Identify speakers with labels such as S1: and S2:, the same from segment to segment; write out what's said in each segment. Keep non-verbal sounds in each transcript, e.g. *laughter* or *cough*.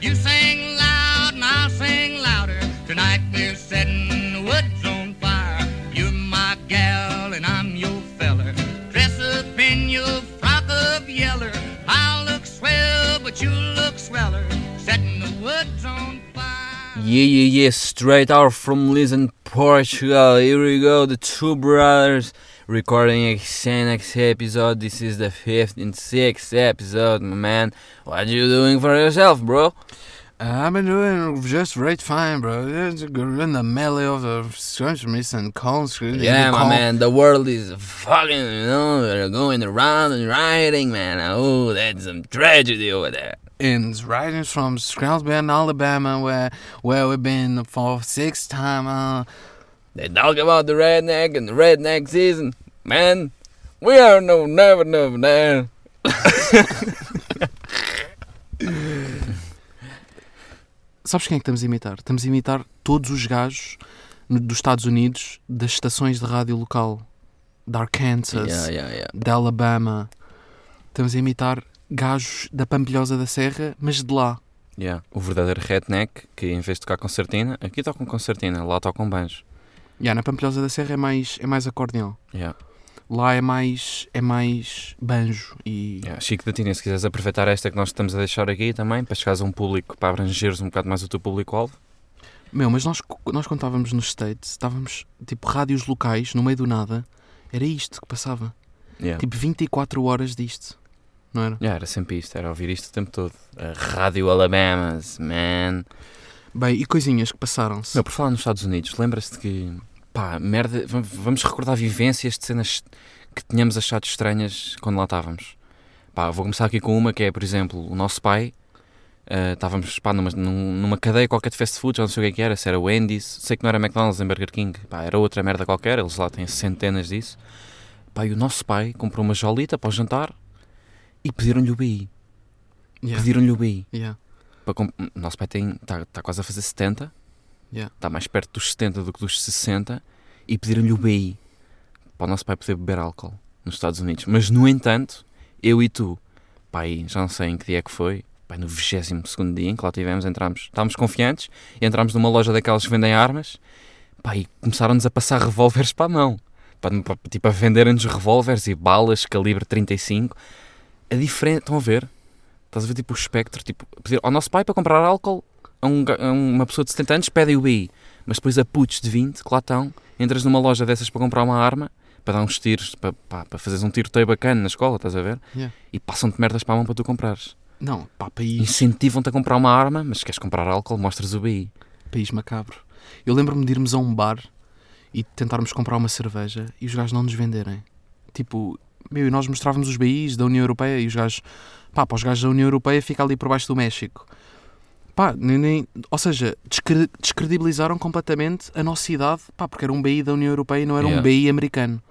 S1: You sing loud and I'll sing louder. Tonight we're setting the woods on fire. You're my gal and I'm your feller. Dress up in your frock of yeller. I'll look swell, but you look sweller. Setting the woods on fire.
S2: Yeah, yeah, yeah, straight out from Lisbon, Portugal. Here we go, the two brothers recording a next episode. This is the fifth and sixth episode, my man. What you doing for yourself, bro?
S3: I've been doing just right fine, bro. Just in the melee of the scrunchies and cones.
S2: Yeah, my man, the world is fucking, you know, they're going around and riding, man. Oh, that's some tragedy over there.
S3: In writings from Scrounge Alabama, where where we've been for six time. Uh,
S2: They talk about the redneck and the redneck season. Man, we are no never never there.
S3: sabes quem é que estamos a imitar? Estamos a imitar todos os gajos no- dos Estados Unidos das estações de rádio local. De Arkansas,
S2: Yeah, yeah, yeah.
S3: de Alabama. Estamos a imitar gajos da Pampilhosa da Serra, mas de lá.
S4: Yeah. O verdadeiro redneck que em vez de tocar concertina, aqui tocam concertina, lá tocam banjo.
S3: Yeah, na Pampilhosa da Serra é mais, é mais acordeão.
S4: Yeah.
S3: Lá é mais, é mais banjo e...
S4: Yeah. Chico da Tina, se quiseres aproveitar esta que nós estamos a deixar aqui também, para chegares a um público, para abrangeres um bocado mais o teu público-alvo.
S3: Meu, mas nós, nós quando estávamos nos States, estávamos tipo rádios locais, no meio do nada. Era isto que passava.
S4: Yeah.
S3: Tipo 24 horas disto. Não era?
S4: Yeah, era sempre isto, era ouvir isto o tempo todo.
S2: A Radio Alabamas, man.
S3: Bem, e coisinhas que passaram-se.
S4: Meu, por falar nos Estados Unidos, lembra-se de que, pá, merda, vam- vamos recordar vivências de cenas que tínhamos achado estranhas quando lá estávamos. Pá, vou começar aqui com uma que é, por exemplo, o nosso pai. ah, estávamos pá, numa, num- numa cadeia qualquer de fast food, já não sei o que é que era, se era Wendy's, sei que não era McDonald's nem Burger King, pá, era outra merda qualquer, eles lá têm centenas disso. Pá, e o nosso pai comprou uma jolita para o jantar e pediram-lhe o BI.
S3: Yeah,
S4: Pediram-lhe o BI.
S3: yeah.
S4: Para comp- o nosso pai está tá quase a fazer 70.
S3: Yeah.
S4: Está mais perto dos 70 do que dos 60. E pediram-lhe o BI para o nosso pai poder beber álcool nos Estados Unidos. Mas, no entanto, eu e tu, pai, já não sei em que dia é que foi, pai, no 22 dia em que lá tivemos, entramos, estávamos confiantes, entramos numa loja daquelas que vendem armas, pai, e começaram-nos a passar revólveres para a mão. Pá, pa- Tipo, a venderem-nos revólveres e balas calibre 35. A diferença, estão a ver? Estás a ver tipo o espectro, tipo, pedir ao nosso pai para comprar álcool a, um ga- a uma pessoa de 70 anos pedem o BI, mas depois a putos de 20 que lá estão, entras numa loja dessas para comprar uma arma, para dar uns tiros, para, pá, para fazeres um tiroteio bacana na escola, estás a ver?
S3: Yeah.
S4: E passam-te merdas para a mão para tu comprares.
S3: Não, pá,
S4: E
S3: país,
S4: Incentivam-te a comprar uma arma, mas queres comprar álcool, mostras o BI.
S3: país macabro. Eu lembro-me de irmos a um bar e tentarmos comprar uma cerveja e os gajos não nos venderem. Tipo, meu, e nós mostrávamos os BIs da União Europeia e os gajos... Pá, para os gajos da União Europeia fica ali por baixo do México. Pá, nem, nem- ou seja, descre- descredibilizaram completamente a nossa idade, pá, porque era um BI da União Europeia e não era um
S4: Yeah.
S3: BI americano.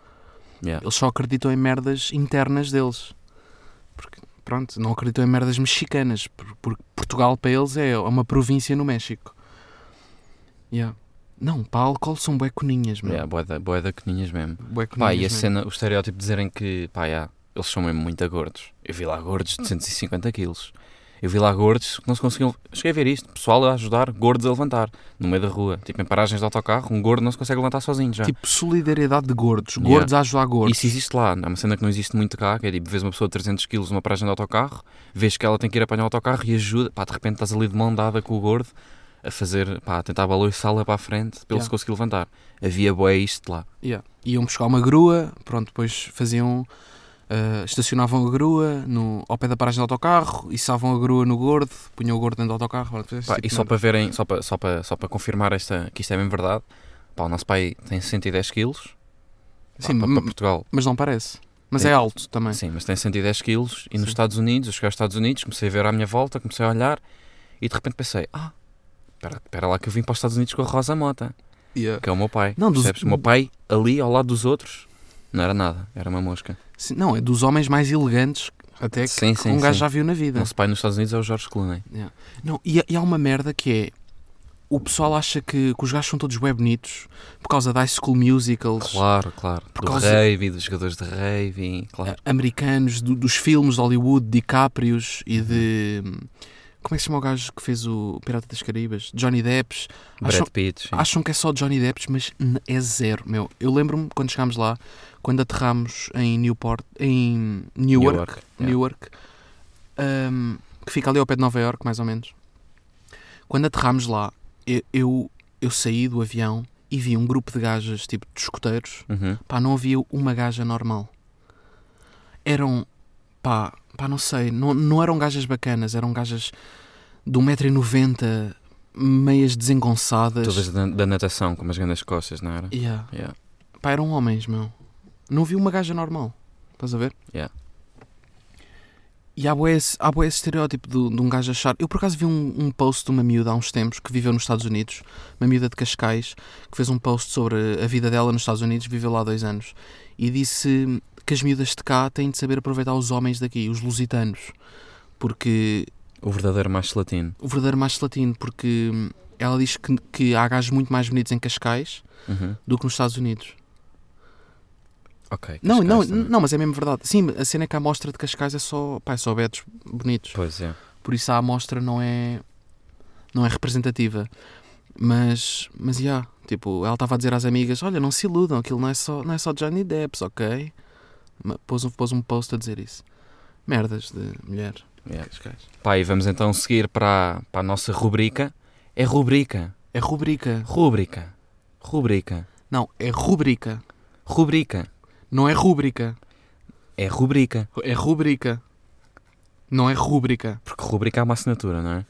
S4: Yeah.
S3: Eles só acreditam em merdas internas deles. Porque, pronto, não acreditam em merdas mexicanas. por- Porque Portugal para eles é uma província no México. Yeah. Não, para álcool são bué coninhas, meu.
S4: Yeah, bué da- bué da coninhas mesmo.
S3: Bué
S4: Pá, e a
S3: coninhas mesmo.
S4: cena, o estereótipo de dizerem que, pá, já, eles são mesmo muito gordos. Eu vi lá gordos
S3: Hum.
S4: de 150 quilos. Eu vi lá gordos que não se conseguiam... Cheguei a ver isto, pessoal a ajudar gordos a levantar, no meio da rua. Tipo, em paragens de autocarro, um gordo não se consegue levantar sozinho já.
S3: Tipo, solidariedade de gordos.
S4: Yeah.
S3: Gordos a ajudar gordos.
S4: Isso existe lá, é uma cena que não existe muito cá, que é tipo, vês uma pessoa de 300 quilos numa paragem de autocarro, vês que ela tem que ir apanhar o autocarro e ajuda, pá, de repente estás ali de mão dada com o gordo a fazer, pá, a tentar balançá-la para a frente para ele
S3: Yeah.
S4: se conseguir levantar. Havia boé isto lá.
S3: Yeah. Iam buscar uma grua, pronto, depois faziam. ah, estacionavam a grua no, ao pé da paragem do autocarro, içavam a grua no gordo, punham o gordo dentro do autocarro. pronto, esse
S4: Pá,
S3: tipo
S4: e
S3: de
S4: só
S3: merda.
S4: para verem, só para, só para, só para confirmar esta, que isto é mesmo verdade, pá, o nosso pai tem 110 quilos, pá,
S3: Sim,
S4: para,
S3: m-
S4: para Portugal,
S3: mas não parece. Mas
S4: Sim.
S3: é alto também.
S4: sim, mas tem 110 quilos, e
S3: Sim.
S4: nos Estados Unidos, eu cheguei aos Estados Unidos, comecei a ver à minha volta, comecei a olhar, e de repente pensei, ah, espera, espera lá que eu vim para os Estados Unidos com a Rosa Mota, que é o meu pai,
S3: Não, dos-
S4: percebes? O meu pai, ali, ao lado dos outros, não era nada, era uma mosca.
S3: Sim, não, é dos homens mais elegantes até que,
S4: Sim,
S3: que
S4: sim,
S3: um gajo
S4: sim.
S3: já viu na
S4: O
S3: vida.
S4: nosso pai nos Estados Unidos é o George Clooney.
S3: Não, e, e há uma merda que é o pessoal acha que, que os gajos são todos bem bonitos por causa da High School Musicals
S4: Claro, claro. Do
S3: causa- É,
S4: rave, dos jogadores de rave, claro.
S3: eh, americanos, do- dos filmes de Hollywood, DiCaprios e de hum, Como é que se chama o gajo que fez o Pirata das Caraíbas? Johnny Depps. Acham,
S4: Brad Pitt. sim.
S3: acham que é só Johnny Depps, mas n- é zero, meu. Eu lembro-me quando chegámos lá, quando aterramos em Newport, em Newark,
S4: Newark, yeah.
S3: Newark, hum, que fica ali ao pé de Nova York, mais ou menos. Quando aterramos lá, eu, eu, eu saí do avião e vi um grupo de gajas, tipo de escoteiros,
S4: Uhum.
S3: pá, não havia uma gaja normal. Eram, pá, pá, não sei, não, não eram gajas bacanas, eram gajas de 1,90m, meias desengonçadas.
S4: Todas da, da natação, com umas grandes costas, não era?
S3: Yeah.
S4: Yeah.
S3: Pá, eram homens, meu. Não vi uma gaja normal. Estás a ver?
S4: Yeah.
S3: E há bué esse, há bué esse estereótipo do- de, um gajo achar. Eu por acaso vi um, um post de uma miúda há uns tempos que viveu nos Estados Unidos, uma miúda de Cascais, que fez um post sobre a vida dela nos Estados Unidos, viveu lá dois anos, e disse que as miúdas de cá têm de saber aproveitar os homens daqui, os lusitanos, porque
S4: O verdadeiro macho latino.
S3: o verdadeiro macho latino, porque hum, ela diz que, que há gajos muito mais bonitos em Cascais
S4: Uhum.
S3: do que nos Estados Unidos.
S4: Ok.
S3: Não, não,
S4: cascais também.
S3: não, mas é mesmo verdade. Sim, a cena que a amostra de Cascais é só, pá, é só betos bonitos.
S4: Pois é.
S3: Por isso a amostra não é não é representativa. Mas, mas já, tipo, ela estava a dizer às amigas, olha, não se iludam, aquilo não é só, não é só Johnny Depps, ok? Ma- Pôs, um- pôs um post a dizer isso. Merdas de mulher.
S4: Yeah.
S3: Cascais.
S4: Pá, e vamos então seguir para, a- para a nossa rubrica. É rubrica.
S3: É rubrica.
S4: Rubrica. Rubrica.
S3: Não, é rubrica.
S4: Rubrica.
S3: Não é rúbrica.
S4: É rubrica.
S3: É rubrica. Não é rúbrica.
S4: Porque rubrica é uma assinatura, não é?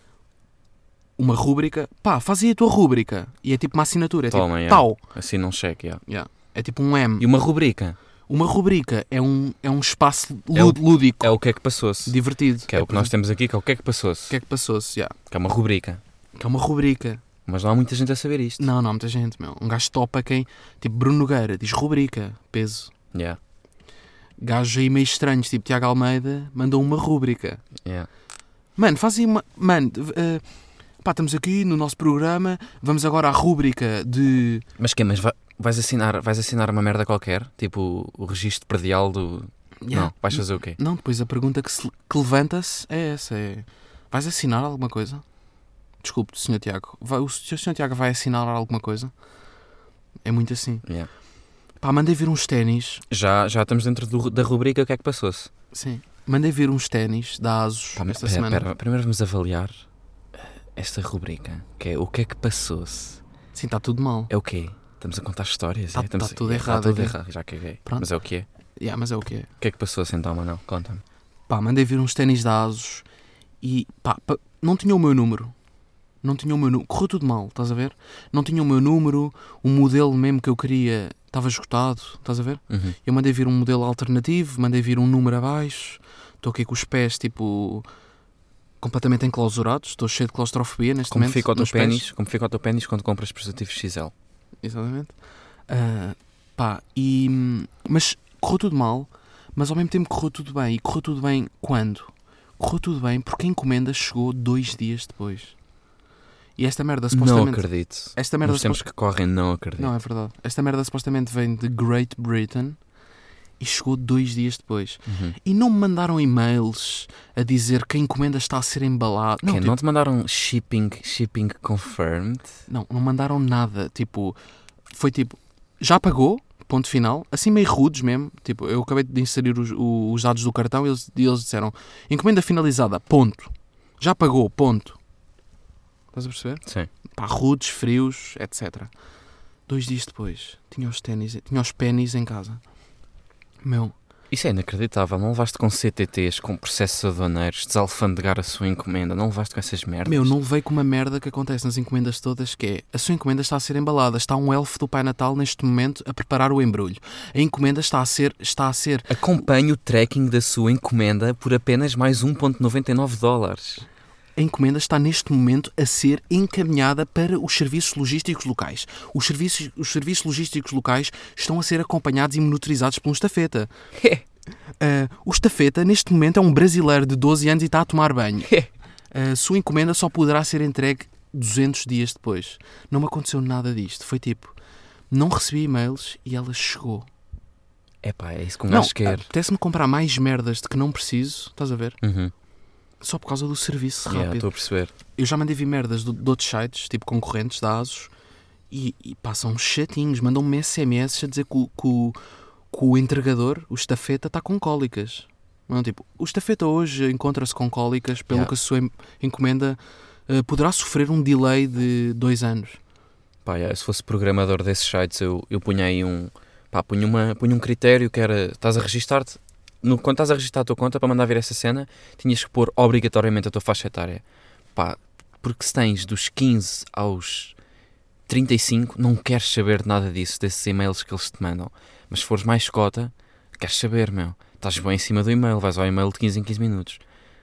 S3: Uma rúbrica. Pá, faz aí a tua rúbrica. E é tipo uma assinatura. É
S4: Toma,
S3: tipo,
S4: yeah.
S3: tal.
S4: Assim não cheque, yeah.
S3: É tipo um M.
S4: E uma rubrica
S3: Uma rubrica é um, é um espaço lú-
S4: É o-
S3: lúdico,
S4: é o que é que passou-se.
S3: divertido. Tipo,
S4: Que é o que nós temos aqui, que é o que é que
S3: O
S4: passou-se.
S3: que é que passou-se? Yeah.
S4: Que é uma rubrica.
S3: Que é uma rubrica.
S4: Mas não há muita gente a saber isto.
S3: Não, não, muita gente, meu. Um gajo topa quem. Tipo, Bruno Nogueira diz rubrica, peso.
S4: Yeah.
S3: Gajos aí meio estranhos, tipo Tiago Almeida, mandou uma rubrica.
S4: Yeah.
S3: Mano, faz aí uma. Mano, eh, pá, estamos aqui no nosso programa, vamos agora à rubrica de.
S4: Mas que Mas va- vais assinar, vais assinar uma merda qualquer? Tipo o registro predial do.
S3: Yeah.
S4: Não, vais fazer o quê?
S3: Não, depois a pergunta que, se- que levanta-se é essa: é, vais assinar alguma coisa? Desculpe, Sr. Tiago, vai, o Sr. Tiago vai assinar alguma coisa? É muito assim.
S4: Yeah.
S3: Pá, mandei vir uns ténis,
S4: Já, já estamos dentro do- da rubrica o que é que passou-se.
S3: sim, mandei vir uns ténis da ASUS
S4: Pá, mas
S3: esta
S4: pera,
S3: semana.
S4: pera, primeiro vamos avaliar eh, esta rubrica, que é o que é que passou-se.
S3: Sim, está tudo mal.
S4: É o quê? Estamos a contar histórias?
S3: Tá-
S4: é? Estamos
S3: tá
S4: a-
S3: tudo
S4: é,
S3: errado
S4: Tá tudo
S3: aqui.
S4: errado, já caguei.
S3: Pronto.
S4: Mas é o que é?
S3: Yeah, mas é o que é.
S4: O que é que passou-se então, Manel? Conta-me.
S3: Pá, mandei vir uns ténis da ASUS e pá, pa- não tinha o meu número. Não tinha o meu número. Correu tudo mal, estás a ver? Não tinha o meu número, o modelo mesmo que eu queria estava esgotado, estás a ver?
S4: Uhum.
S3: Eu mandei vir um modelo alternativo, mandei vir um número abaixo, estou aqui com os pés tipo completamente enclausurados, estou cheio de claustrofobia neste
S4: Como
S3: momento.
S4: fica o teu
S3: nos pés.
S4: pênis? Como fica o teu pênis quando compras preservativos XL?
S3: Exatamente. Ah, pá, e. Mas correu tudo mal, mas ao mesmo tempo correu tudo bem. E correu tudo bem quando? Correu tudo bem porque a encomenda chegou dois dias depois. E esta merda
S4: Não
S3: supostamente.
S4: acredito.
S3: esta merda
S4: Nos tempos que correm, não acredito.
S3: Não, é verdade. Esta merda supostamente vem de Great Britain e chegou dois dias depois.
S4: Uhum.
S3: E não me mandaram e-mails a dizer que a encomenda está a ser embalada. Não,
S4: Quê?
S3: tipo,
S4: é, não te mandaram shipping, shipping confirmed?
S3: não, não mandaram nada. Tipo, foi tipo, já pagou, ponto final. Assim meio rudes mesmo. Tipo, eu acabei de inserir os, o- os dados do cartão e eles, e eles disseram encomenda finalizada, ponto. Já pagou, ponto. Estás a perceber?
S4: Sim.
S3: Pá, rudes, frios, etc. Dois dias depois, tinha os ténis, tinha os pênis em casa. Meu,
S4: Isso é inacreditável. Não levaste com CTTs, com processos aduaneiros, desalfandegar a sua encomenda. Não levaste com essas merdas.
S3: Meu, não levei com uma merda que acontece nas encomendas todas, que é a sua encomenda está a ser embalada, está um elfo do Pai Natal neste momento a preparar o embrulho. A encomenda está a ser, está a ser.
S4: Acompanhe o tracking da sua encomenda por apenas mais 1,99 dólares.
S3: A encomenda está neste momento a ser encaminhada para os serviços logísticos locais. Os serviços, os serviços logísticos locais estão a ser acompanhados e monitorizados por um estafeta. Ah, o estafeta, neste momento, é um brasileiro de 12 anos e está a
S4: *laughs*
S3: tomar banho. A sua encomenda só poderá ser entregue 200 dias depois. Não me aconteceu nada disto. Foi tipo, não recebi e-mails e ela chegou.
S4: É pá, é isso que um
S3: não, é
S4: gajo quer.
S3: apetece-me comprar mais merdas de que não preciso, estás a ver?
S4: Uhum.
S3: Só por causa do serviço
S4: Yeah,
S3: rápido.
S4: Estou a perceber.
S3: Eu já mandei vir merdas do- de outros sites, tipo concorrentes da ASUS, e, e passam chatinhos, mandam-me SMS a dizer que o, que o- que o entregador, o estafeta, está com cólicas. Mandam tipo, o estafeta hoje encontra-se com cólicas, pelo
S4: Yeah.
S3: que a sua en- encomenda eh, poderá sofrer um delay de dois anos.
S4: Pá, yeah, se fosse programador desses sites, eu, eu punha aí um. Pá, punha, uma, punha um critério que era. Estás a registar-te. no- Quando estás a registrar a tua conta para mandar vir essa cena, tinhas que pôr obrigatoriamente a tua faixa etária. Pá, porque se tens dos 15 aos 35, não queres saber de nada disso, desses e-mails que eles te mandam. Mas se fores mais cota, queres saber, meu. Estás bem em cima do e-mail, vais ao e-mail de 15 em 15 minutos.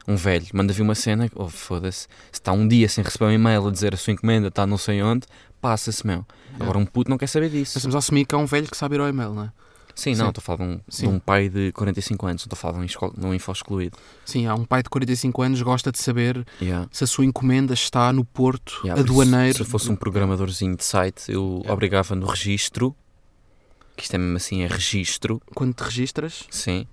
S4: Um velho manda vir uma cena, oh foda-se, se está um dia sem receber um e-mail a dizer a sua encomenda está não sei onde, passa-se, meu. Agora um puto não quer saber disso.
S3: Nós temos a assumir que é um velho que sabe ir ao e-mail, não é?
S4: Sim,
S3: Sim.
S4: não, estou a falar de um, de
S3: Sim.
S4: um pai de 45 anos, não estou a falar de um, esco- de um info excluído.
S3: Sim, há um pai de 45 anos gosta de saber
S4: Yeah.
S3: se a sua encomenda está no porto
S4: Yeah, por isso,
S3: aduaneiro.
S4: Se fosse um programadorzinho de site, eu obrigava no registro, que isto é mesmo assim, é registro,
S3: Quando te registras.
S4: sim,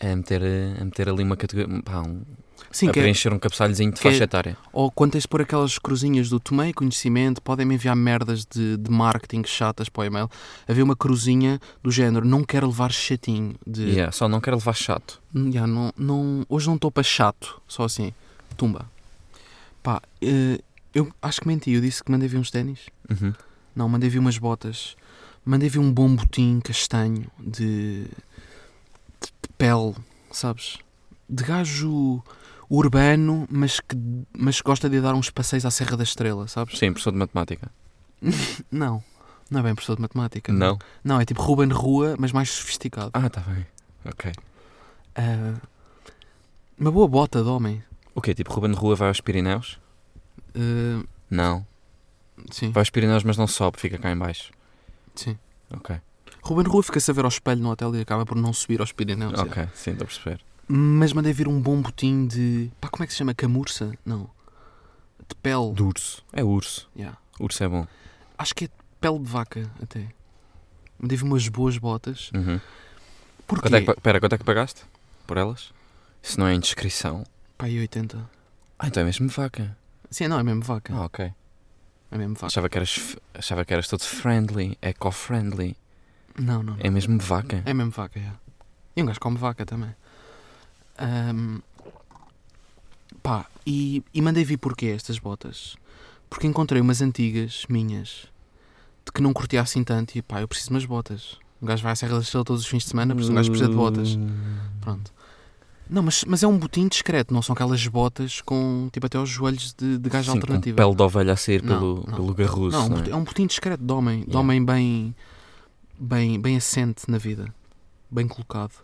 S4: a meter, a meter ali uma categoria, pá, um-
S3: Sim,
S4: a
S3: que é-
S4: preencher um cabeçalhozinho de
S3: que é-
S4: faixa etária.
S3: Ou quando tens de pôr aquelas cruzinhas do tomei conhecimento, podem-me enviar merdas de, de marketing chatas para o e-mail. Havia uma cruzinha do género, não quero levar chatinho. De,
S4: Yeah, só não quero levar chato.
S3: "Hum, yeah, não, não, hoje não estou para chato, só assim. Tumba. Pá, eh, eu acho que menti, eu disse que mandei vir uns ténis.
S4: Uhum.
S3: Não, mandei vir umas botas. Mandei vir um bom botim castanho de, de pele, sabes? De gajo urbano, mas que, mas que gosta de dar uns passeios à Serra da Estrela, sabes?
S4: Sim, professor de matemática.
S3: Não, não é bem professor de matemática.
S4: Não?
S3: Não, é tipo Ruben Rua, mas mais sofisticado.
S4: Ah, tá bem. Ok.
S3: Ah, uma boa bota de homem.
S4: O quê? Tipo, Ruben de Rua vai aos Pirineus?
S3: Ah,
S4: Não.
S3: sim,
S4: Vai aos Pirineus, mas não sobe, fica cá em baixo.
S3: sim.
S4: Ok.
S3: Ruben Rua fica-se a ver ao espelho no hotel e acaba por não subir aos Pirineus. é.
S4: ok, sim, estou a perceber.
S3: Mas mandei vir um bom botim de. Pá, como é que se chama? Camurça? Não. De pele.
S4: De urso. É urso.
S3: Yeah.
S4: Urso é bom.
S3: Acho que é de pele de vaca, até. Mandei vir umas boas botas.
S4: Uhum.
S3: Porquê?
S4: Quanto é que, pa- pera, quanto é que pagaste por elas? Isso não é indiscrição.
S3: Pá, e 80.
S4: Ah, então é mesmo vaca.
S3: Sim, não, é mesmo vaca.
S4: Ah, ok.
S3: É mesmo vaca.
S4: Achava que eras, f- achava que eras todo friendly, eco-friendly.
S3: Não, não. não.
S4: É mesmo vaca.
S3: É mesmo vaca, é. E um gajo come vaca também. Ahm, Pá, e, e mandei vir porquê estas botas? Porque encontrei umas antigas minhas de que não curtia assim tanto e pá, eu preciso de umas botas. Um gajo vai à Serra da Estrela todos os fins de semana, por isso um gajo precisa de botas. Pronto. Não, mas, mas é um botim discreto, não são aquelas botas com tipo até aos joelhos de, de gajo
S4: Sim, com
S3: alternativo.
S4: pele de ovelha a sair
S3: Não,
S4: pelo,
S3: não.
S4: pelo garruço,
S3: Não, um
S4: não,
S3: botim-
S4: é?
S3: é um botim discreto de homem, de
S4: Yeah.
S3: homem bem, bem, bem assente na vida, bem colocado.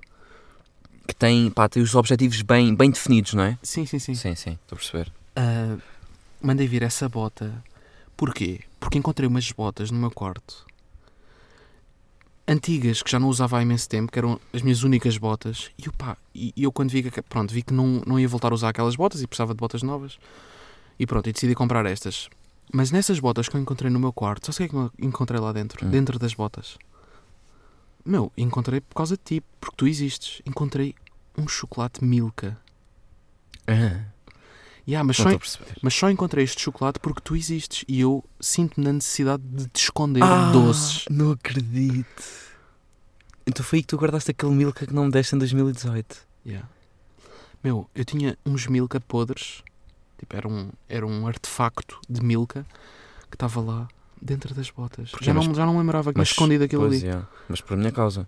S4: Que tem, pá, tem os objetivos bem, bem definidos, não é?
S3: Sim, sim, sim.
S4: Sim, sim, estou a perceber.
S3: Ah, mandei vir essa bota. Porquê? Porque encontrei umas botas no meu quarto. Antigas, que já não usava há imenso tempo, que eram as minhas únicas botas. E, opá, e e eu quando vi que, pronto, vi que não, não ia voltar a usar aquelas botas e precisava de botas novas. E pronto, e decidi comprar estas. Mas nessas botas que eu encontrei no meu quarto, só sei o que é que eu encontrei lá dentro,
S4: Hum.
S3: dentro das botas. Meu, encontrei por causa de ti, porque tu existes. Encontrei um chocolate Milka.
S4: Ah,
S3: Yeah, mas
S4: não
S3: só,
S4: estou a perceber.
S3: mas só encontrei este chocolate porque tu existes e eu sinto-me na necessidade de te esconder
S4: Ah.
S3: doces.
S4: Não acredito. Então foi aí que tu guardaste aquele milka que não me deste em 2018.
S3: Yeah. Meu, eu tinha uns Milka podres, tipo, era um, era um artefacto de Milka que estava lá dentro das botas.
S4: Porquê?
S3: Já não,
S4: Mas-
S3: já não lembrava que tinha
S4: mas-
S3: escondido aquilo
S4: Pois
S3: ali.
S4: é, mas por minha causa.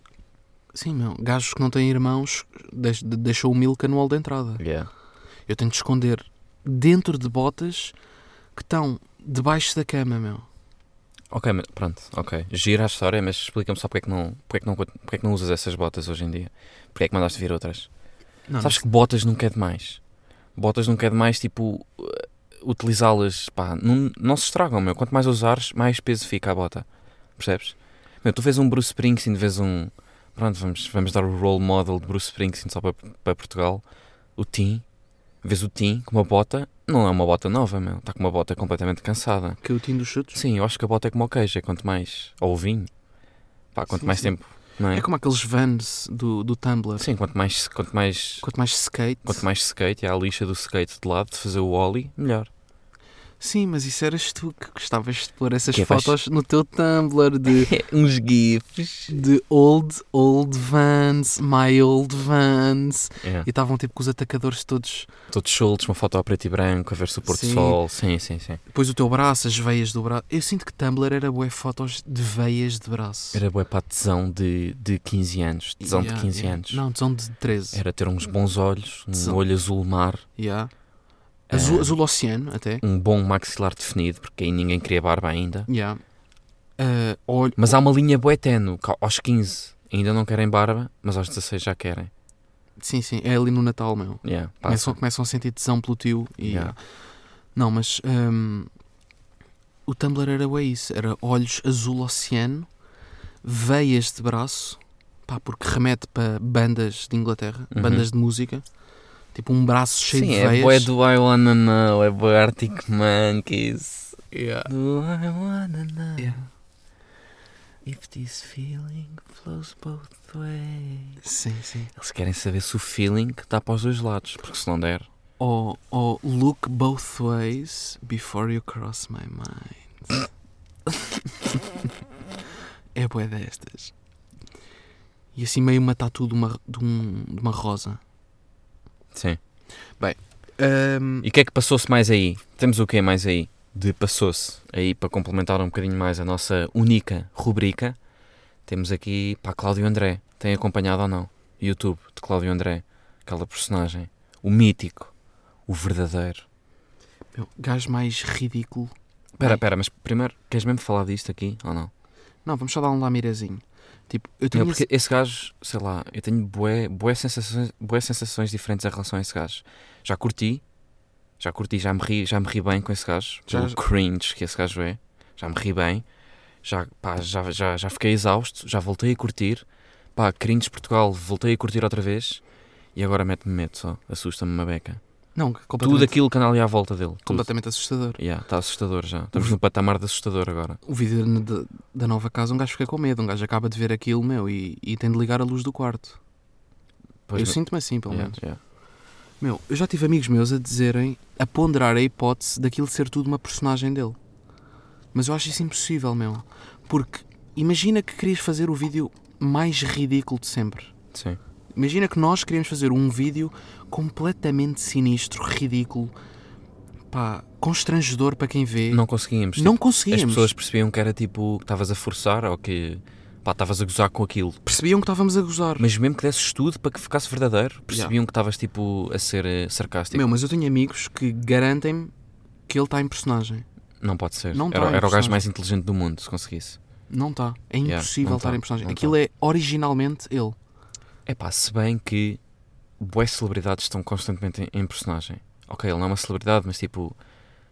S3: Sim, meu, gajos que não têm irmãos deix- de- deixou o Milka no hall da entrada.
S4: Yeah.
S3: Eu tenho de esconder dentro de botas que estão debaixo da cama, meu.
S4: Ok, mas pronto, ok. Gira a história, mas explica-me só porque é, que não, porque, é que não, porque é que não usas essas botas hoje em dia. Porque é que mandaste vir outras?
S3: Não,
S4: Sabes que botas nunca é demais. Botas nunca é demais, tipo, uh, utilizá-las, pá, não, não se estragam, meu. Quanto mais usares, mais peso fica a bota. Percebes? Meu, tu vês um Bruce Springsteen, vês um. Pronto, vamos, vamos dar o role model de Bruce Springsteen só para, para Portugal. O Tim. Vês o Tim com uma bota. Não é uma bota nova, meu. Está com uma bota completamente cansada.
S3: que eu tinha dos chutes?
S4: Sim, eu acho que a bota é como o queijo, é quanto mais. Ou o vinho. Pá, quanto
S3: Sim,
S4: mais
S3: sim.
S4: tempo. não é?
S3: É como aqueles vans do, do Tumblr.
S4: Sim, quanto mais, quanto mais
S3: Quanto mais skate.
S4: Quanto mais skate, e há a lixa do skate de lado, de fazer o ollie, *laughs* melhor.
S3: Sim, mas isso eras tu que gostavas de pôr essas
S4: Que é, vais-
S3: fotos no teu Tumblr de,
S4: É Uns gifs.
S3: de old, old vans, my old vans.
S4: É.
S3: E estavam tipo com os atacadores todos.
S4: Todos soltos, uma foto a preto e branco, a ver se o
S3: Sim.
S4: pôr-do-sol. Sim, sim, sim.
S3: Depois o teu braço, as veias do braço. Eu sinto que Tumblr era bué fotos de veias de braço.
S4: Era bué para a tesão de, de 15 anos. Tesão
S3: Yeah,
S4: de 15
S3: yeah.
S4: anos.
S3: Não, tesão de 13.
S4: Era ter uns bons olhos, um
S3: Tesão.
S4: olho azul mar,
S3: Yeah. Azul,
S4: É.
S3: azul oceano, até.
S4: um bom maxilar definido, porque aí ninguém queria barba ainda.
S3: Yeah. Ah, olho,
S4: Mas há uma linha bué tenue, que aos 15 ainda não querem barba, mas aos 16 já querem.
S3: sim, sim, é ali no Natal, meu.
S4: Yeah, passa.
S3: Começam, começam a sentir tesão pelo tio. E...
S4: Yeah.
S3: Não, mas hum, o Tumblr era bué isso. Era olhos azul oceano, veias de braço, pá, porque remete para bandas de Inglaterra,
S4: Uhum.
S3: bandas de música. Tipo um braço cheio
S4: Sim,
S3: de
S4: é
S3: veias.
S4: bué do I Wanna Know, é bué Arctic Monkeys.
S3: Yeah.
S4: Do I wanna know
S3: Yeah.
S4: if this feeling flows both ways?
S3: Sim, sim.
S4: Eles querem saber se o feeling dá para os dois lados, porque se não der,
S3: Ou ou look both ways before you cross my mind. *laughs* é bué destas. E assim meio uma tatu de uma, de um- de uma rosa.
S4: sim.
S3: Ahm,
S4: E o que é que passou-se mais aí? Temos o que mais aí? De passou-se aí para complementar um bocadinho mais a nossa única rubrica. Temos aqui para Cláudio André. Tem acompanhado ou não? YouTube de Cláudio André, aquela personagem, o mítico, o verdadeiro.
S3: meu, gajo mais ridículo.
S4: Espera, espera, mas primeiro, queres mesmo falar disto aqui ou não?
S3: Não, vamos só dar um lamirezinho. Tipo, eu
S4: Não,
S3: tenho
S4: porque esse gajo, sei lá, eu tenho bué, bué, sensações, bué sensações diferentes em relação a esse gajo. Já curti, já curti, já me ri, já me ri bem com esse gajo,
S3: Já-
S4: pelo cringe que esse gajo é, já me ri bem, já, pá, já, já, já fiquei exausto, já voltei a curtir, pá, cringe Portugal, voltei a curtir outra vez e agora mete-me medo só, assusta-me uma beca.
S3: não,
S4: Tudo
S3: completamente,
S4: aquilo que anda ali à volta dele, tudo.
S3: completamente assustador.
S4: Yeah, está assustador já, estamos no patamar de assustador agora.
S3: O vídeo na- da, da nova casa, um gajo fica com medo. Um gajo acaba de ver aquilo, meu, e, e tem de ligar a luz do quarto. eu
S4: não-
S3: sinto-me assim, pelo
S4: yeah,
S3: menos.
S4: yeah.
S3: Meu, eu já tive amigos meus a dizerem, a ponderar a hipótese daquilo ser tudo uma personagem dele. Mas eu acho isso impossível, meu. Porque imagina que querias fazer o vídeo mais ridículo de sempre.
S4: Sim.
S3: Imagina que nós queríamos fazer um vídeo completamente sinistro, ridículo, pá, constrangedor para quem vê.
S4: Não conseguimos.
S3: Não
S4: As
S3: conseguíamos.
S4: pessoas percebiam que era tipo que estavas a forçar ou que pá, estavas a gozar com aquilo.
S3: percebiam que estávamos a gozar.
S4: Mas mesmo que desses tudo para que ficasse verdadeiro, percebiam que estavas tipo a ser eh, sarcástico.
S3: Meu, mas eu tenho amigos que garantem-me que ele está em personagem.
S4: Não pode ser.
S3: Não
S4: era,
S3: tá,
S4: era o gajo
S3: impressionante.
S4: mais inteligente do mundo, se conseguisse.
S3: Não está. É
S4: Yeah,
S3: impossível
S4: não
S3: estar
S4: tá,
S3: em personagem.
S4: não
S3: Aquilo é originalmente ele.
S4: É pá, se bem que boas celebridades estão constantemente em, em personagem. Ok, ele não é uma celebridade, mas tipo.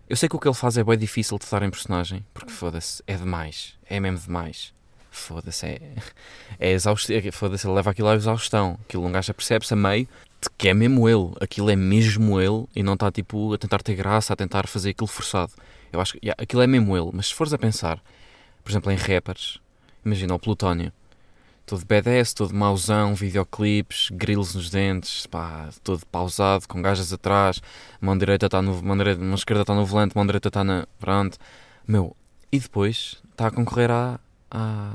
S4: Eu sei que o que ele faz é bem difícil de estar em personagem, porque foda-se, é demais. É mesmo demais. Foda-se, é. *laughs* É exaustivo. Foda-se, ele leva aquilo à exaustão. Aquilo um gajo percebe-se a meio de que é mesmo ele. Aquilo é mesmo ele e não está tipo a tentar ter graça, a tentar fazer aquilo forçado. Eu acho que yeah, aquilo é mesmo ele, mas se fores a pensar, por exemplo, em rappers, imagina o Plutónio. Todo BDS, todo mauzão, videoclipes, grilos nos dentes, pá, todo pausado, com gajas atrás, mão direita está no. mão, direita, mão esquerda está no volante, mão direita está na. pronto. Meu, e depois está a concorrer à, à,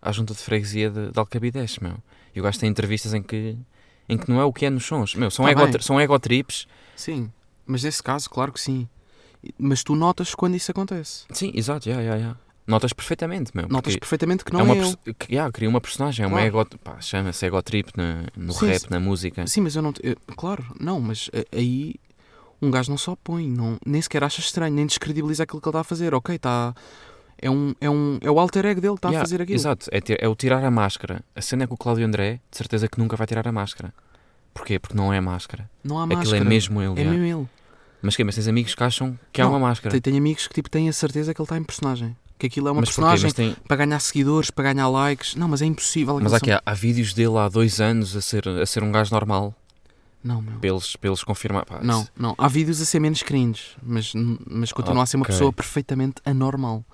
S4: à junta de freguesia de, de Alcabidez, meu. E o gajo tem entrevistas em que, em que não é o que é nos sons, meu, são,
S3: Tá
S4: ego,
S3: bem.
S4: são egotrips.
S3: Sim. Mas nesse caso, claro que sim. Mas tu notas quando isso acontece.
S4: Sim, exato, yeah, yeah, yeah. notas perfeitamente, meu.
S3: Notas
S4: porque-
S3: perfeitamente que não
S4: é
S3: é,
S4: uma
S3: ele.
S4: perso- que- yeah, cria uma personagem, é uma ego, pá, chama-se egotrip na- no
S3: Sim,
S4: rap,
S3: sim.
S4: na música.
S3: Sim, mas eu não. te- eu- claro, não, mas a- aí um gajo não se opõe, não, nem sequer acha estranho, nem descredibiliza aquilo que ele está a fazer. Ok, está. É, um, é, um, é o alter ego dele, está
S4: Yeah,
S3: a fazer aquilo.
S4: Exato, é, ti- é o tirar a máscara. A cena é que o Cláudio André, de certeza que nunca vai tirar a máscara. Porquê? Porque não é máscara.
S3: Não há
S4: Aquilo
S3: máscara.
S4: é mesmo ele.
S3: É
S4: já.
S3: mesmo ele.
S4: Mas quê? Mas tens amigos que acham que há
S3: Não,
S4: uma máscara.
S3: Tem, tenho amigos que tipo, têm a certeza que ele está em personagem. Que aquilo é uma
S4: mas porquê?
S3: personagem
S4: Mas, tem-
S3: para ganhar seguidores, para ganhar likes. Não, mas é impossível.
S4: mas
S3: aquilo
S4: há, que- há vídeos dele há dois anos a ser, a ser um gajo normal.
S3: são- um, Não, meu.
S4: Pelos, pelos confirmar. Pá,
S3: Não,
S4: isso-
S3: não. Há vídeos a ser menos cringe, mas, mas continua a ser uma
S4: Ok.
S3: pessoa perfeitamente anormal.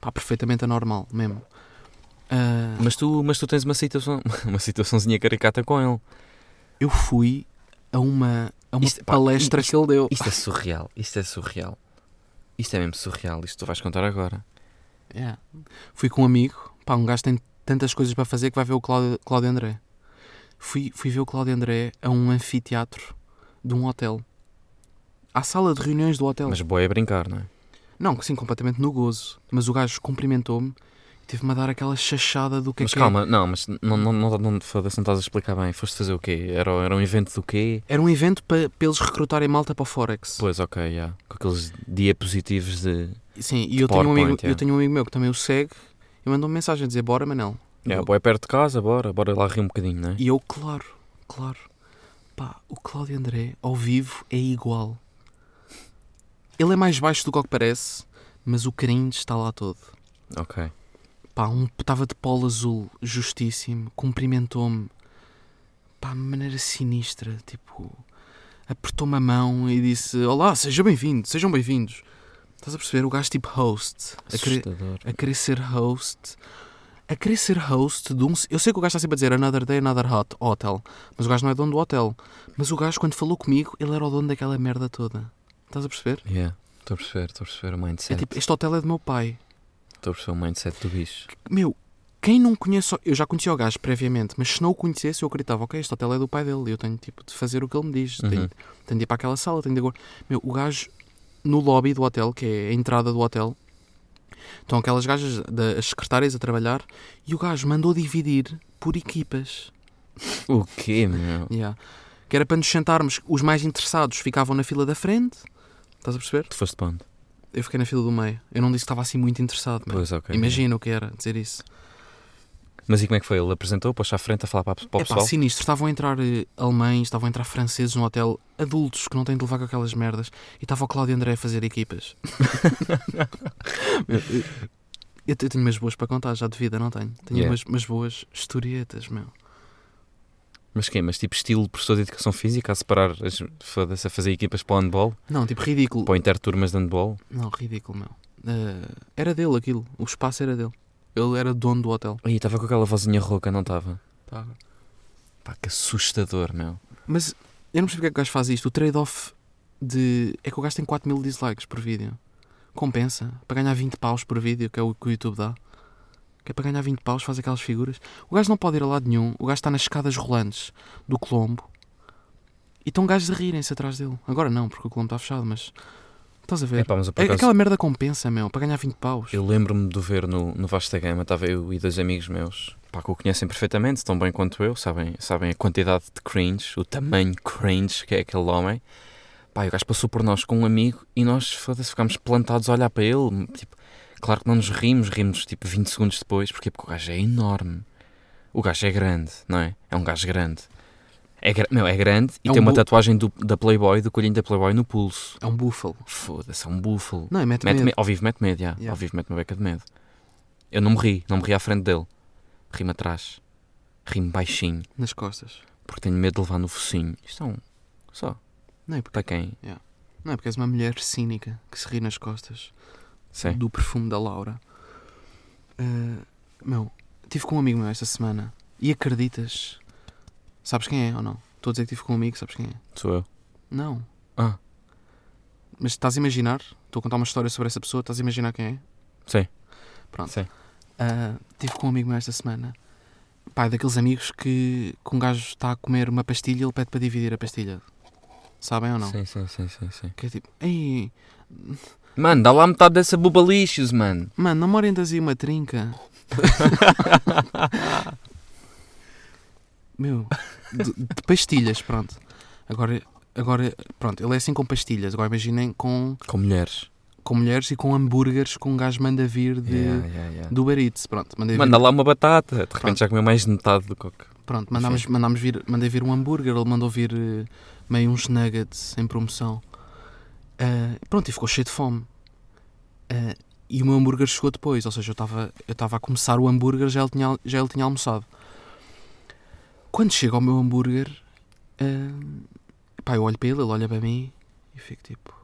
S3: Pá, perfeitamente anormal mesmo. Ah,
S4: Mas tu, mas tu tens uma situação, *laughs* uma situaçãozinha caricata com ele.
S3: eu fui a uma, a uma
S4: Isto- pá,
S3: palestra que ele deu.
S4: Isto é surreal, isto é surreal. Isto é mesmo surreal, isto tu vais contar agora.
S3: É. Fui com um amigo, pá, um gajo tem tantas coisas para fazer que vai ver o Cláudio, Cláudio André. Fui, fui ver o Cláudio André a um anfiteatro de um hotel. À sala de reuniões do hotel.
S4: Mas boa é brincar, não é?
S3: Não, sim, completamente no gozo. Mas o gajo cumprimentou-me e teve-me a dar aquela chachada do que
S4: mas
S3: é que é.
S4: calma, não, mas não, não, não, não, foda-se, não estás a explicar bem. Foste fazer o quê? Era, era um evento do quê?
S3: Era um evento para, para eles recrutarem malta para o Forex.
S4: Pois, ok, já. Com aqueles diapositivos de.
S3: Sim, e eu tenho, um amigo,
S4: PowerPoint, é.
S3: eu tenho um amigo meu que também o segue e mandou-me mensagem a dizer: Bora, Manel.
S4: É,
S3: Eu-
S4: boa é perto de casa, bora, bora lá rir um bocadinho, não é?
S3: E eu, claro, claro. Pá, o Cláudio André, ao vivo, é igual. Ele é mais baixo do que o que parece, mas o carinho está lá todo.
S4: Ok.
S3: Pá, um estava de polo azul, justíssimo, cumprimentou-me. Pá, de maneira sinistra, tipo... Apertou-me a mão e disse, olá, seja bem-vindo, sejam bem-vindos. Estás a perceber? O gajo tipo host. A querer,
S4: Assustador.
S3: a querer ser host. A querer ser host de um. Eu sei que o gajo está sempre a dizer Another Day, Another hot, Hotel. Mas o gajo não é dono do hotel. Mas o gajo, quando falou comigo, ele era o dono daquela merda toda. Estás a perceber?
S4: Yeah. Estou a perceber, estou a perceber o
S3: É
S4: mindset.
S3: tipo, este hotel é do meu pai.
S4: Estou a perceber o mindset do bicho.
S3: Meu, quem não conhece. o- Eu já conhecia o gajo previamente, mas se não o conhecesse, eu acreditava, ok, este hotel é do pai dele. Eu tenho tipo de fazer o que ele me diz. Tenho,
S4: Uhum.
S3: tenho de ir para aquela sala, tenho de agora. Meu, o gajo, no lobby do hotel, que é a entrada do hotel, estão aquelas gajas, da- as secretárias a trabalhar, e o gajo mandou dividir por equipas.
S4: O quê, meu?
S3: Yeah. Que era para nos sentarmos, os mais interessados ficavam na fila da frente. Estás a perceber?
S4: Tu foste para onde?
S3: Eu fiquei na fila do meio. Eu não disse que estava assim muito interessado. meu.
S4: Pois, é. ok.
S3: Imagina o que era dizer isso.
S4: Mas e como é que foi? Ele apresentou, pôs-se à frente a falar para, para o
S3: É pá,
S4: pessoal?
S3: sinistro. Estavam a entrar eh, alemães, estavam a entrar franceses no hotel, adultos que não têm de levar com aquelas merdas, e estava o Cláudio André a fazer *laughs* equipas. Meu, eu, eu tenho umas boas para contar, já de vida, não tenho. Tenho
S4: Yeah.
S3: umas, umas boas historietas, meu.
S4: Mas quê? Mas tipo estilo professor de educação física a separar, as- foda-se, a fazer equipas para o handball?
S3: Não, tipo, ridículo.
S4: Para o interturmas de handball?
S3: Não, ridículo, meu. Eh, era dele aquilo, o espaço era dele. Ele era dono do hotel. tá?
S4: Aí estava com aquela vozinha rouca, não estava?
S3: Tava.
S4: Pá, que assustador, meu.
S3: Mas eu não percebo porque é que o gajo faz isto. O trade-off de. é que o gajo tem 4 mil dislikes por vídeo. Compensa. Para ganhar 20 paus por vídeo, que é o que o YouTube dá. Que é para ganhar 20 paus, faz aquelas figuras. O gajo não pode ir a lado nenhum. O gajo está nas escadas rolantes do Colombo. E estão gajos a rirem-se atrás dele. Agora não, porque o Colombo está fechado, mas. Estás a ver?
S4: Epá, mas eu, por
S3: É-
S4: acaso,
S3: Aquela merda compensa, meu, para ganhar 20 paus.
S4: eu lembro-me de o ver no, no Vasta Gama, estava eu e dois amigos meus, pá, que o conhecem perfeitamente, tão bem quanto eu, sabem, sabem a quantidade de cringe, o tamanho cringe que é aquele homem. Pá, e o gajo passou por nós com um amigo e nós, foda-se, ficámos plantados a olhar para ele, tipo, claro que não nos rimos, rimos tipo 20 segundos depois, porquê? Porque o gajo é enorme. O gajo é grande, não é? É um gajo grande. É, gra- meu, é grande e
S3: É um
S4: tem uma
S3: bu-
S4: tatuagem do- da Playboy, do colhinho da Playboy no pulso.
S3: É um búfalo.
S4: Foda-se, é um búfalo.
S3: Não, é mete
S4: Mete
S3: medo.
S4: me- ao vivo mete medo, já.
S3: Yeah.
S4: Ao vivo mete uma beca de medo. Eu não me ri, não me ri à frente dele. Ri-me atrás. Ri-me baixinho,
S3: nas costas.
S4: porque tenho medo de levar no focinho. Isto é um... Só.
S3: Não é, porque,
S4: Para quem?
S3: não é porque és uma mulher cínica que se ri nas costas.
S4: Sim.
S3: do perfume da Laura. Ah, meu, tive com um amigo meu esta semana e acreditas? Sabes quem é ou não? Estou a dizer que tive com um amigo, sabes quem é?
S4: Sou eu.
S3: Não.
S4: Ah.
S3: Mas estás a imaginar? Estou a contar uma história sobre essa pessoa, estás a imaginar quem é?
S4: Sim.
S3: Pronto.
S4: Sim.
S3: Ah, tive com um amigo meu esta semana. Pai, daqueles amigos que, que um gajo está a comer uma pastilha e ele pede para dividir a pastilha. Sabem ou não?
S4: Sim, sim, sim, sim, sim.
S3: Que é tipo, ei,
S4: Mano, dá lá metade dessa buba lixos, mano.
S3: Mano, não orientas aí
S4: *laughs*
S3: uma trinca. Meu, de, de pastilhas, pronto. Agora, agora, pronto, ele é assim com pastilhas. Agora imaginem com,
S4: Com mulheres.
S3: com mulheres e com hambúrgueres que um gajo manda vir de,
S4: Yeah, yeah, yeah.
S3: do Uber Eats, pronto. Mandei vir,
S4: Mano, dá lá uma batata. De repente
S3: Pronto.
S4: já comeu mais de metade do coque.
S3: pronto mandámos, mandámos vir, mandei vir um hambúrguer, ele mandou vir eh, meio uns nuggets em promoção. Ah, pronto, e ficou cheio de fome. Ah, e o meu hambúrguer chegou depois, ou seja, eu estava eu estava a começar o hambúrguer, já ele tinha, al- já ele tinha almoçado. Quando chega ao meu hambúrguer, eh, ah, pá, eu olho para ele, ele olha para mim e fico tipo: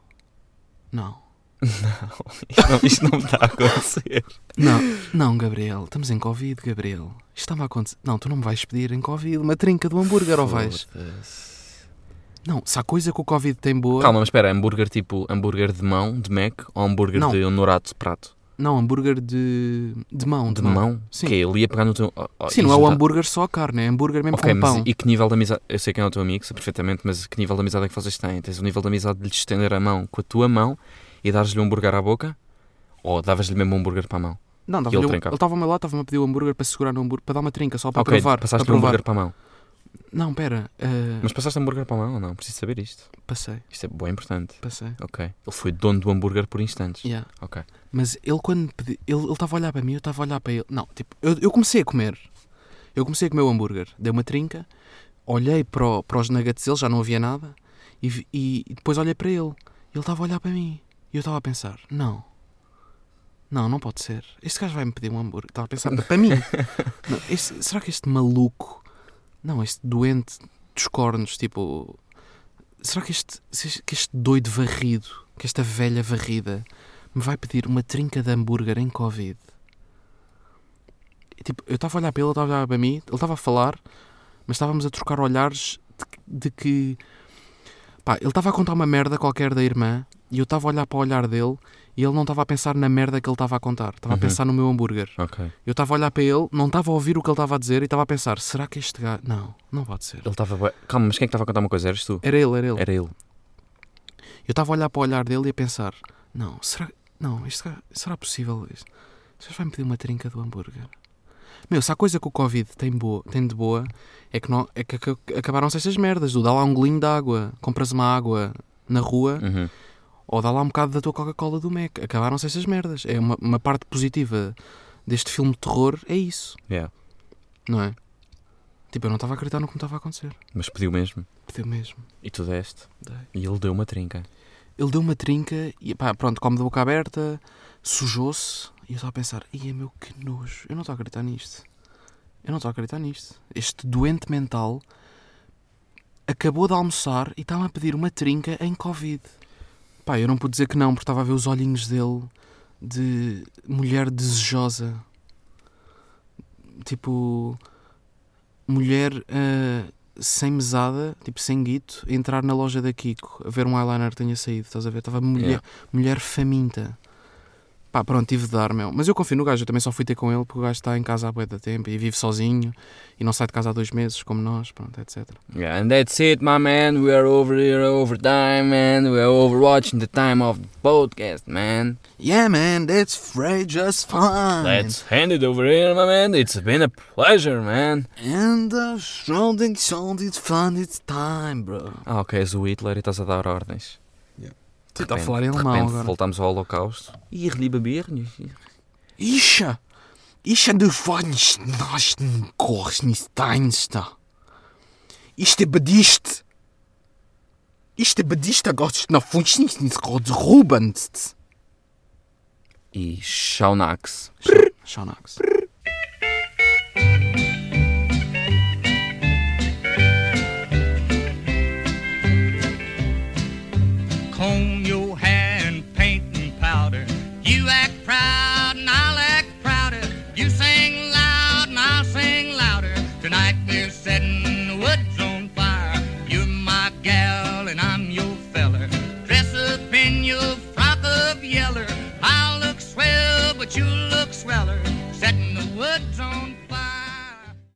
S3: Não,
S4: *laughs* Não, isto não me está a acontecer.
S3: Não, não, Gabriel, estamos em Covid, Gabriel. Isto estava a acontecer. Não, tu não me vais pedir em Covid uma trinca do Um hambúrguer ou vais?
S4: Foda-se.
S3: Não, se há coisa que o Covid tem boa.
S4: Calma, mas espera, hambúrguer tipo hambúrguer de mão, de Mac, ou hambúrguer
S3: Não.
S4: de honorato de prato?
S3: Não, hambúrguer de, de mão.
S4: Um De mão?
S3: Sim.
S4: Que é, ele ia pegar no teu. oh, oh,
S3: Sim, não é
S4: isso
S3: o
S4: dá-
S3: hambúrguer só a carne, é hambúrguer mesmo
S4: Ok,
S3: com
S4: mas
S3: pão.
S4: e que nível de amizade? Eu sei quem é o teu amigo, sei perfeitamente, mas que nível de amizade é que vocês têm? Tens o nível de amizade de lhe estender a mão com a tua mão e dares-lhe um hambúrguer à boca? Ou davas-lhe mesmo um hambúrguer para a mão?
S3: Não,
S4: e ele
S3: dava-lhe um- ele
S4: trincava.
S3: estava-me lá, estava-me a pedir o hambúrguer para segurar no hambúrguer, para dar uma trinca, só para
S4: ok,
S3: provar.
S4: passaste-lhe
S3: para
S4: um
S3: provar.
S4: hambúrguer para a mão.
S3: Não, pera. eh,
S4: Mas passaste hambúrguer para a mão ou não? Preciso saber isto.
S3: Passei,
S4: Isto é bem importante.
S3: passei.
S4: Ok. Ele foi dono do hambúrguer por instantes.
S3: Yeah.
S4: Ok.
S3: Mas ele quando pedi, ele ele estava a olhar para mim, eu estava a olhar para ele. Não, tipo, eu, eu comecei a comer. Eu comecei a comer o hambúrguer, dei uma trinca, olhei para, o- para os nuggets dele, já não havia nada, e, vi- e- e depois olhei para ele. Ele estava a olhar para mim. E eu estava a pensar, não. Não, não pode ser. Este gajo vai-me pedir um hambúrguer. Estava a pensar, para mim. Não, este- será que este maluco, não, este doente dos cornos, tipo, será que este, se este- que este doido varrido, que esta velha varrida, me vai pedir uma trinca de hambúrguer em Covid? E, tipo, eu estava a olhar para ele, ele estava a olhar para mim, ele estava a falar, mas estávamos a trocar olhares de, de que. Pá, ele estava a contar uma merda qualquer da irmã e eu estava a olhar para o olhar dele e ele não estava a pensar na merda que ele estava a contar, estava a
S4: Uhum.
S3: pensar no meu hambúrguer.
S4: Ok.
S3: Eu estava a olhar para ele, não estava a ouvir o que ele estava a dizer e estava a pensar: será que este gajo. Não, não pode ser.
S4: Ele estava. bué- Calma, mas quem é que estava a contar uma coisa? Eras tu?
S3: Era ele, era ele.
S4: Era ele.
S3: Eu estava a olhar para o olhar dele e a pensar: não, será, não, este gajo, será possível isto? Este gajo vai-me pedir uma trinca do hambúrguer. Meu, se há coisa que o Covid tem, boa, tem de boa é que, não, é que ac- acabaram-se estas merdas do dá lá um golinho de água, compras uma água na rua
S4: Uhum.
S3: ou dá lá um bocado da tua Coca-Cola do Mac. Acabaram-se estas merdas. É uma, uma parte positiva deste filme de terror, é isso,
S4: Yeah.
S3: não é? Tipo, eu não estava a acreditar no que me estava a acontecer.
S4: Mas pediu mesmo.
S3: Deu mesmo.
S4: E tu deste.
S3: Dei.
S4: E ele deu uma trinca.
S3: Ele deu uma trinca e pá, pronto, come de boca aberta, sujou-se e eu estava a pensar, ia meu que nojo, eu não estou a acreditar nisto. Eu não estou a acreditar nisto. Este doente mental acabou de almoçar e estava a pedir uma trinca em Covid. Pá, eu não pude dizer que não, porque estava a ver os olhinhos dele de mulher desejosa. Tipo, mulher ah, sem mesada, tipo sem guito, a entrar na loja da Kiko, a ver um eyeliner que tinha saído, estás a ver? Estava mulher,
S4: Yeah.
S3: mulher faminta. Pá, pronto, tive de dar, meu. Mas eu confio no gajo, eu também só fui ter com ele porque o gajo está em casa há bué de tempo e vive sozinho e não sai de casa há dois meses, como nós, pronto, etc.
S2: Yeah, and that's it, my man. We are over here, over time, man. We are overwatching the time of the podcast, man.
S3: Yeah, man, that's free just fine.
S2: Let's hand it over here, my man. It's been a pleasure, man.
S3: And uh, the shoulding sound it's fun, it's time, bro.
S4: Ah, ok, és o Hitler e estás a dar ordens.
S3: Tu está a
S4: Repente-
S3: falar em
S4: de
S3: alemão
S4: repente
S3: agora.
S4: Voltamos ao Holocausto. E relibeber-nos.
S3: Isha! Isha, du fannst nós Kornsteinsta. Isto bediste. Isto bediste, gosto na funções nis Rubens.
S4: E Shaunax.
S3: Shanax.
S1: comb your hair and paint and powder. You act proud and I'll act prouder. You sing loud and I'll sing louder. Tonight we're setting the woods on fire. You're my gal and I'm your feller. Dress up in your frock of yeller. I'll look swell, but you look sweller. Setting the woods on fire.